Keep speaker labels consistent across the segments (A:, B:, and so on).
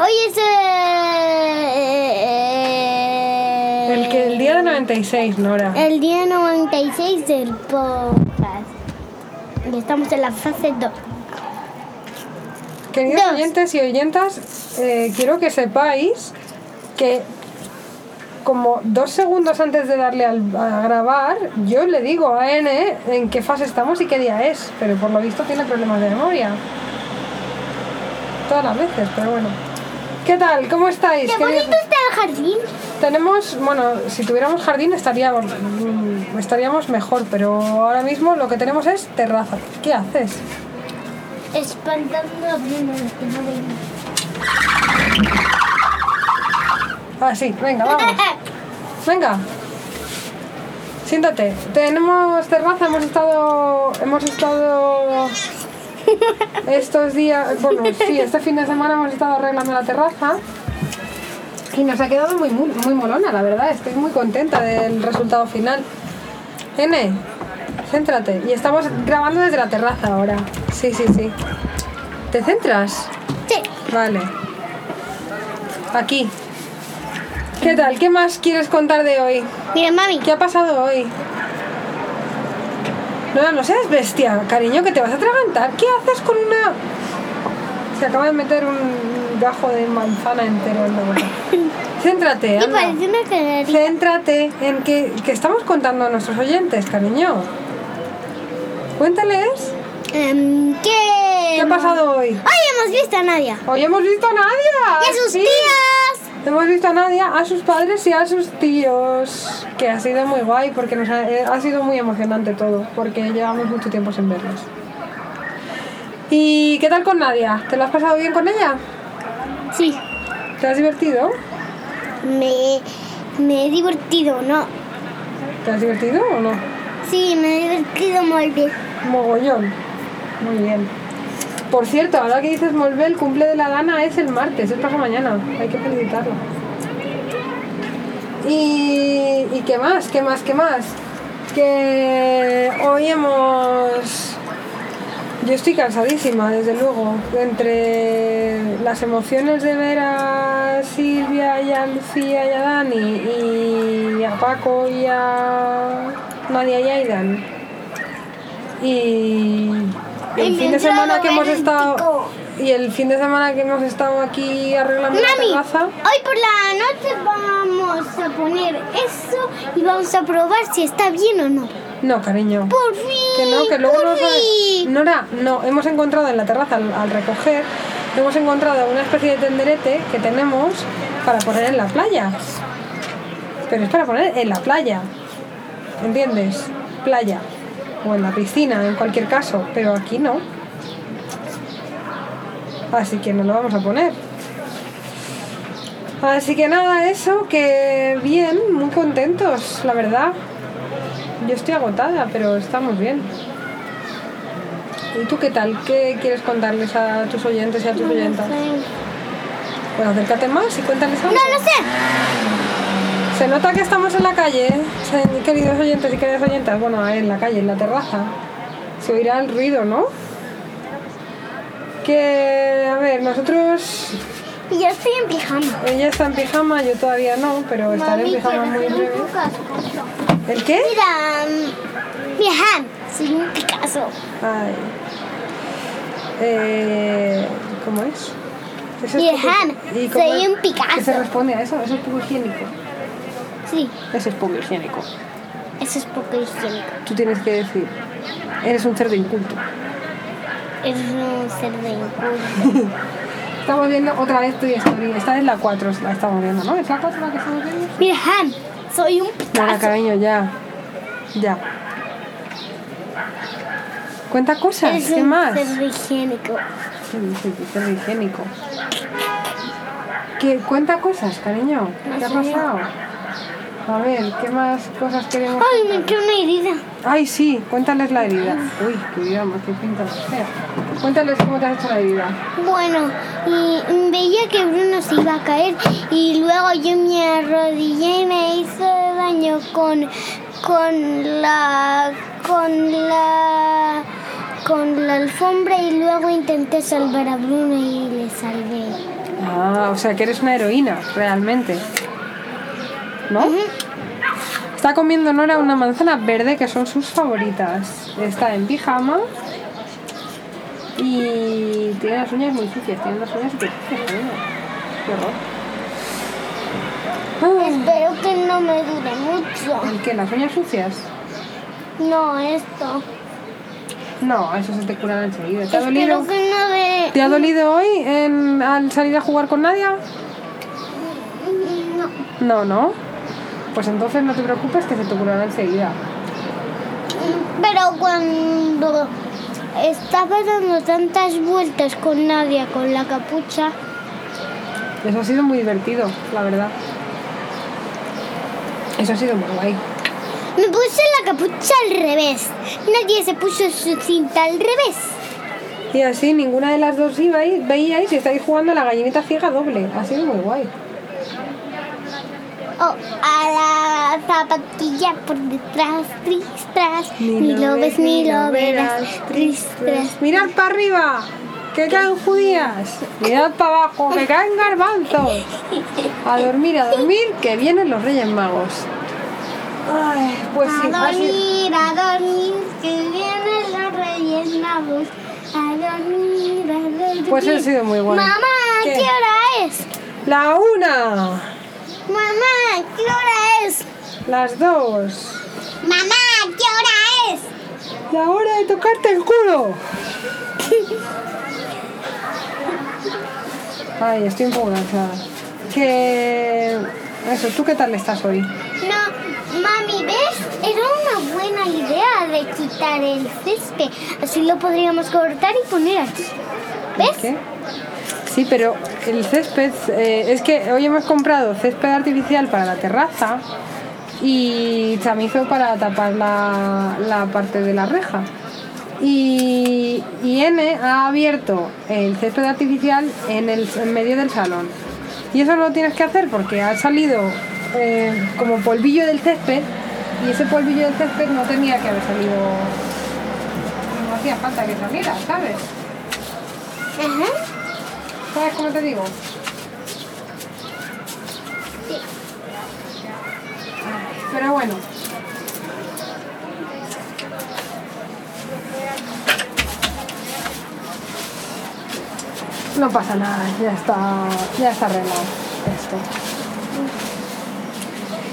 A: Hoy es eh,
B: El, que, el día de 96, Nora.
A: el día 96 del podcast. Y estamos en la fase 2.
B: Queridos
A: Dos.
B: oyentes y oyentas, eh, quiero que sepáis que como dos segundos antes de darle al- a grabar, yo le digo a N en qué fase estamos y qué día es, pero por lo visto tiene problemas de memoria. Todas las veces, pero bueno. ¿Qué tal? ¿Cómo estáis?
A: ¡Qué
B: queridos?
A: bonito está el jardín!
B: Tenemos, bueno, si tuviéramos jardín estaríamos, mm, estaríamos mejor, pero ahora mismo lo que tenemos es terraza. ¿Qué haces?
A: Espantando a Bruno, que no venga.
B: Ah, sí, venga, vamos. Venga. Siéntate. Tenemos terraza, hemos estado. Hemos estado. Estos días. Bueno, sí, este fin de semana hemos estado arreglando la terraza. Y nos ha quedado muy, muy, muy molona, la verdad. Estoy muy contenta del resultado final. N, céntrate. Y estamos grabando desde la terraza ahora. Sí, sí, sí. ¿Te centras?
A: Sí.
B: Vale. Aquí. ¿Qué tal? ¿Qué más quieres contar de hoy?
A: Mira, mami.
B: ¿Qué ha pasado hoy? No, no seas bestia, cariño, que te vas a atragantar. ¿Qué haces con una...? Se acaba de meter un gajo de manzana entero en la boca. Céntrate,
A: Y
B: anda.
A: parece una canaria.
B: Céntrate en que, que estamos contando a nuestros oyentes, cariño. Cuéntales.
A: Em, ¿Qué?
B: ¿Qué ha pasado hoy?
A: Hoy hemos visto a Nadia.
B: Hoy hemos visto a Nadia.
A: ¡Y a sus
B: Ah, Sí.
A: tías!
B: Hemos visto a Nadia, a sus padres y a sus tíos, que ha sido muy guay porque nos ha, eh, ha sido muy emocionante todo, porque llevamos mucho tiempo sin verlos. ¿Y qué tal con Nadia? ¿Te lo has pasado bien con ella?
A: Sí.
B: ¿Te has divertido?
A: Me, me he divertido, ¿no?
B: ¿Te has divertido o no?
A: Sí, me he divertido muy bien.
B: Mogollón. Muy bien. Por cierto, ahora que dices Molve, el cumple de la Dana es el martes, es pasado mañana. Hay que felicitarla. Y, y qué más, qué más, qué más. Que hoy hemos... Yo estoy cansadísima, desde luego. Entre las emociones de ver a Silvia y a Lucía y a Dani y a Paco y a Nadia y a Aidan. Y el
A: El
B: fin de
A: entrado
B: semana que hemos estado
A: benéfico.
B: y el fin de semana que hemos estado aquí arreglando la
A: Mami,
B: terraza.
A: hoy por la noche vamos a poner eso y vamos a probar si está bien o no.
B: No, cariño.
A: ¡Por fin!
B: Que no, que luego
A: ¡Por
B: no sabe-
A: fin!
B: Nora, no, hemos encontrado en la terraza al, al recoger, hemos encontrado una especie de tenderete que tenemos para poner en la playa. Pero es para poner en la playa. ¿Entiendes? Playa. O en la piscina, en cualquier caso. Pero aquí no. Así que no lo vamos a poner. Así que nada, eso, que bien, muy contentos, la verdad. Yo estoy agotada, pero estamos bien. ¿Y tú qué tal? ¿Qué quieres contarles a tus oyentes y a tus oyentas? Pues acércate más y cuéntales algo.
A: No lo sé.
B: Se nota que estamos en la calle, se- queridos oyentes y queridas oyentas. Bueno, eh, en la calle, en la terraza. Se oirá el ruido, ¿no? Que, a ver, nosotros...
A: Y yo estoy en pijama.
B: Ella está en pijama, yo todavía no, pero estaré en pijama muy breve. ¿El qué?
A: Mira, mm, pijama. Soy un Picasso.
B: Ay. Eh, ¿Cómo es? Eso es poco-
A: Pijama.
B: ¿y cómo
A: Soy
B: es?
A: un Picasso.
B: ¿Qué se responde a eso? Eso es poco higiénico.
A: Sí,
B: Eso es poco higiénico.
A: eso es poco higiénico.
B: Tú tienes que decir, eres un cerdo inculto.
A: Eso es un ser de inculto.
B: Estamos viendo otra vez tu historia. Esta es la 4, la estamos viendo, ¿no? ¿Es la 4 la que estamos viendo?
A: Pijama. Soy un
B: Bueno,
A: Picasso.
B: cariño, ya. Ya. Cuenta cosas,
A: Eres
B: ¿qué
A: un
B: más?
A: cerdo higiénico.
B: ¿Qué dices? ¿Qué cerdo higiénico? ¿Qué? Cuenta cosas, cariño. ¿Qué ha
A: sé.
B: pasado? A ver, ¿qué más cosas queremos?
A: Ay, me entró una herida.
B: Ay, sí, cuéntales la herida. Uy, qué herida más que pinta más fea. Cuéntales cómo te has hecho la herida.
A: Bueno, y veía que Bruno se iba a caer y luego yo me arrodillé y me hizo daño con con la con la con la alfombra y luego intenté salvar a Bruno y le salvé.
B: Ah, o sea que eres una heroína, realmente. ¿No? Está comiendo Nora una manzana verde que son sus favoritas. Está en pijama. Y tiene las uñas muy sucias, tiene las uñas súper sucias. Nora. Qué horror.
A: Espero que no me dure mucho.
B: Ah, ¿y ¿Qué? ¿Las uñas sucias?
A: No, esto.
B: No, eso se te curan enseguida. ¿Te ha
A: Espero
B: dolido?
A: que no de...
B: ¿Te ha dolido hoy en- al salir a jugar con Nadia?
A: No.
B: No, no. Pues entonces no te preocupes que se te curará enseguida.
A: Pero cuando estaba dando tantas vueltas con Nadia con la capucha,
B: Eso ha sido muy divertido, la verdad. Eso ha sido muy guay.
A: me puse la capucha al revés. Nadie se puso su cinta al revés.
B: Y así ninguna de las dos ibais, veíais y estáis jugando a la gallinita ciega doble. Ha sido muy guay.
A: O Oh, a la zapatilla por detrás, tris, tras. Ni, lo ves ni lo verás, tris, tras.
B: Mirad para arriba, que caen judías. Mirad para abajo, que caen garbanzos. A dormir, a dormir, que vienen los Reyes Magos. Ay, pues sí,
A: a
B: ha sido-
A: dormir, a dormir, que vienen los reyes magos. A dormir, a dormir.
B: Pues ha sido muy guay.
A: Mamá,
B: ¿Qué?
A: ¿qué hora es?
B: la una,
A: Mamá, ¿qué hora es?
B: las dos.
A: Mamá, ¿qué hora es?
B: La hora de tocarte el culo. Ay, estoy un poco cansada. Que. Eso, ¿tú qué tal estás hoy?
A: No, mami, ¿ves? Era una buena idea de quitar el césped. Así lo podríamos cortar y poner aquí. ¿Ves?
B: ¿Qué? Sí, pero el césped, eh, es que hoy hemos comprado césped artificial para la terraza y chamizo para tapar la, la parte de la reja. Y, y N ha abierto el césped artificial en, el, en medio del salón. Y eso lo tienes que hacer porque ha salido eh, como polvillo del césped y ese polvillo del césped no tenía que haber salido. No hacía falta que saliera, ¿sabes?
A: Ajá.
B: ¿Sabes cómo te digo?
A: Sí.
B: Pero bueno. No pasa nada, ya está, ya está arreglado esto.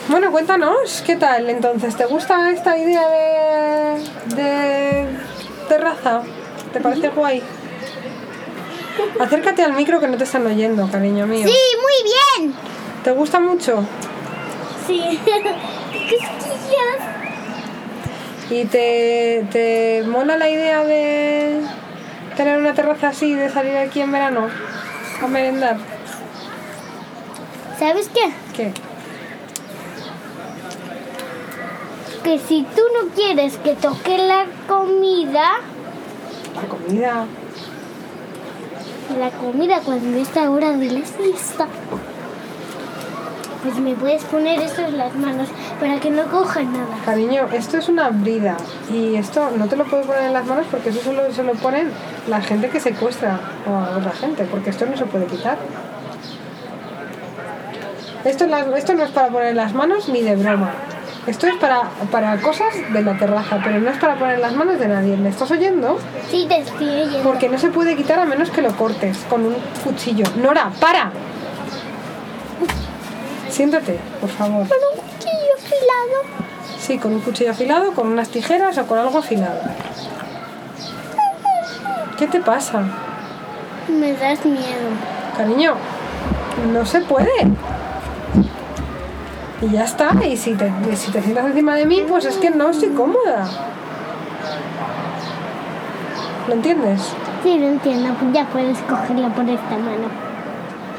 B: Bueno, cuéntanos, ¿qué tal entonces? ¿Te gusta esta idea de, de terraza? ¿Te parece guay? Acércate al micro que no te están oyendo, cariño mío.
A: Sí, muy bien.
B: ¿Te gusta mucho?
A: Sí. Cosquillas.
B: ¿Y te, te mola la idea de tener una terraza así, de salir aquí en verano a merendar?
A: ¿Sabes qué?
B: ¿Qué?
A: Que si tú no quieres que toque la comida,
B: La comida.
A: la comida cuando es la hora de la siesta, pues me puedes poner esto en las manos para que no cojan nada.
B: Cariño, esto es una brida y esto no te lo puedo poner en las manos porque eso solo se lo ponen la gente que secuestra o a otra gente, porque esto no se puede quitar. Esto, la- esto no es para poner en las manos ni de broma. Esto es para, para cosas de la terraza, pero no es para poner en las manos de nadie. ¿Me estás oyendo?
A: Sí, te estoy oyendo.
B: Porque no se puede quitar a menos que lo cortes con un cuchillo. Nora, para. Siéntate, por favor.
A: Con un cuchillo afilado.
B: Sí, con un cuchillo afilado, con unas tijeras o con algo afilado. ¿Qué te pasa?
A: Me das miedo.
B: Cariño, no se puede. Y ya está, y si te, y si te sientas encima de mí, pues es que no estoy cómoda. ¿Lo entiendes?
A: Sí, lo entiendo. pues Ya puedes cogerla por esta mano.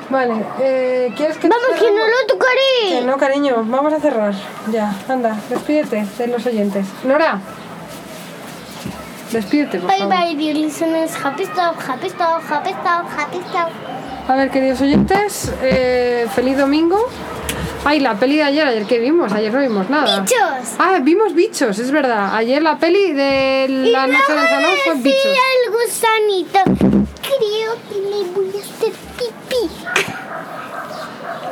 B: Vale, eh, ¿quieres que...
A: Vamos, que no
B: cerremos?
A: lo
B: Que
A: tocaré.
B: no, cariño, vamos a cerrar. Ya, anda, despídete de los oyentes. Nora, despídete, por
A: Bye
B: favor.
A: bye, dear listeners. Happy stop, happy stop, happy stop, happy stop.
B: A ver, queridos oyentes, eh, feliz domingo. Ay, la peli de ayer, ayer que vimos, ayer no vimos nada.
A: ¡Bichos!
B: Ah, vimos bichos, es verdad. Ayer la peli de la noche del salón fue
A: sí,
B: bichos.
A: el gusanito. Creo que le voy a hacer pipí.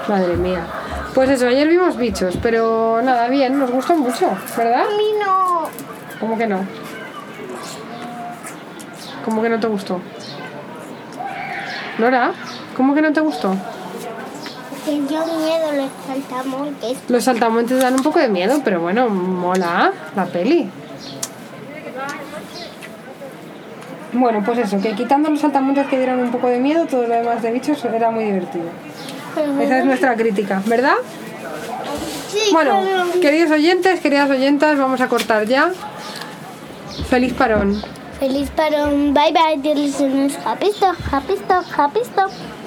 B: Madre mía. Pues eso, ayer vimos bichos, pero nada, bien, nos gustan mucho, ¿verdad?
A: A mí no.
B: ¿Cómo que no? ¿Cómo que no te gustó? Nora, ¿cómo que no te gustó?
A: Que yo miedo los saltamontes.
B: Los saltamontes dan un poco de miedo, pero bueno, mola ¿eh? la peli. Bueno, pues eso, que quitando los saltamontes que dieron un poco de miedo, todo lo demás de bichos era muy divertido. Esa es nuestra crítica, ¿verdad?
A: Sí,
B: Bueno,
A: pero-
B: queridos oyentes, queridas oyentas, vamos a cortar ya. Feliz parón.
A: Feliz para un bye bye. Deliciosos. Happy stop, happy stop, happy stop.